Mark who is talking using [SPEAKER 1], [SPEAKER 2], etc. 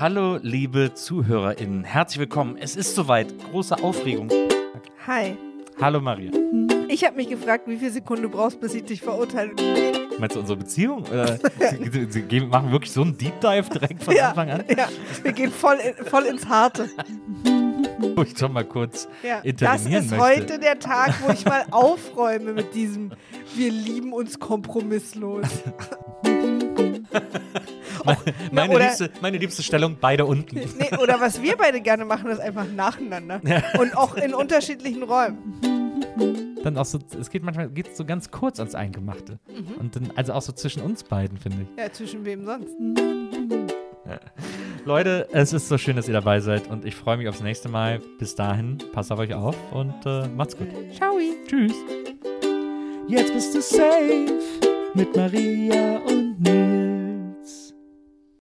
[SPEAKER 1] Hallo, liebe ZuhörerInnen, herzlich willkommen. Es ist soweit. Große Aufregung.
[SPEAKER 2] Hi.
[SPEAKER 1] Hallo, Maria.
[SPEAKER 2] Ich habe mich gefragt, wie viel Sekunden du brauchst, bis ich dich verurteile.
[SPEAKER 1] Meinst du unsere Beziehung? Oder sie, sie, sie geben- machen wirklich so einen Deep Dive direkt von Anfang an?
[SPEAKER 2] ja. Wir gehen voll, in, voll ins Harte.
[SPEAKER 1] Wo ich schon mal kurz
[SPEAKER 2] Ja. Das
[SPEAKER 1] intervenieren
[SPEAKER 2] ist
[SPEAKER 1] möchte.
[SPEAKER 2] heute der Tag, wo ich mal aufräume mit diesem Wir lieben uns kompromisslos.
[SPEAKER 1] meine,
[SPEAKER 2] oder-
[SPEAKER 1] liebste, meine liebste Stellung, beide unten.
[SPEAKER 2] Nee, oder was wir beide gerne machen, ist einfach nacheinander. Und auch in unterschiedlichen Räumen.
[SPEAKER 1] Dann auch so, es geht manchmal geht's so ganz kurz ans Eingemachte.
[SPEAKER 2] Mhm.
[SPEAKER 1] Und dann, also auch so zwischen uns beiden, finde ich.
[SPEAKER 2] Ja, zwischen wem sonst?
[SPEAKER 1] Leute, es ist so schön, dass ihr dabei seid und ich freue mich aufs nächste Mal. Bis dahin, passt auf euch auf und äh, macht's gut.
[SPEAKER 2] Ciao.
[SPEAKER 1] Tschüss. Jetzt bist du safe mit Maria und Nils.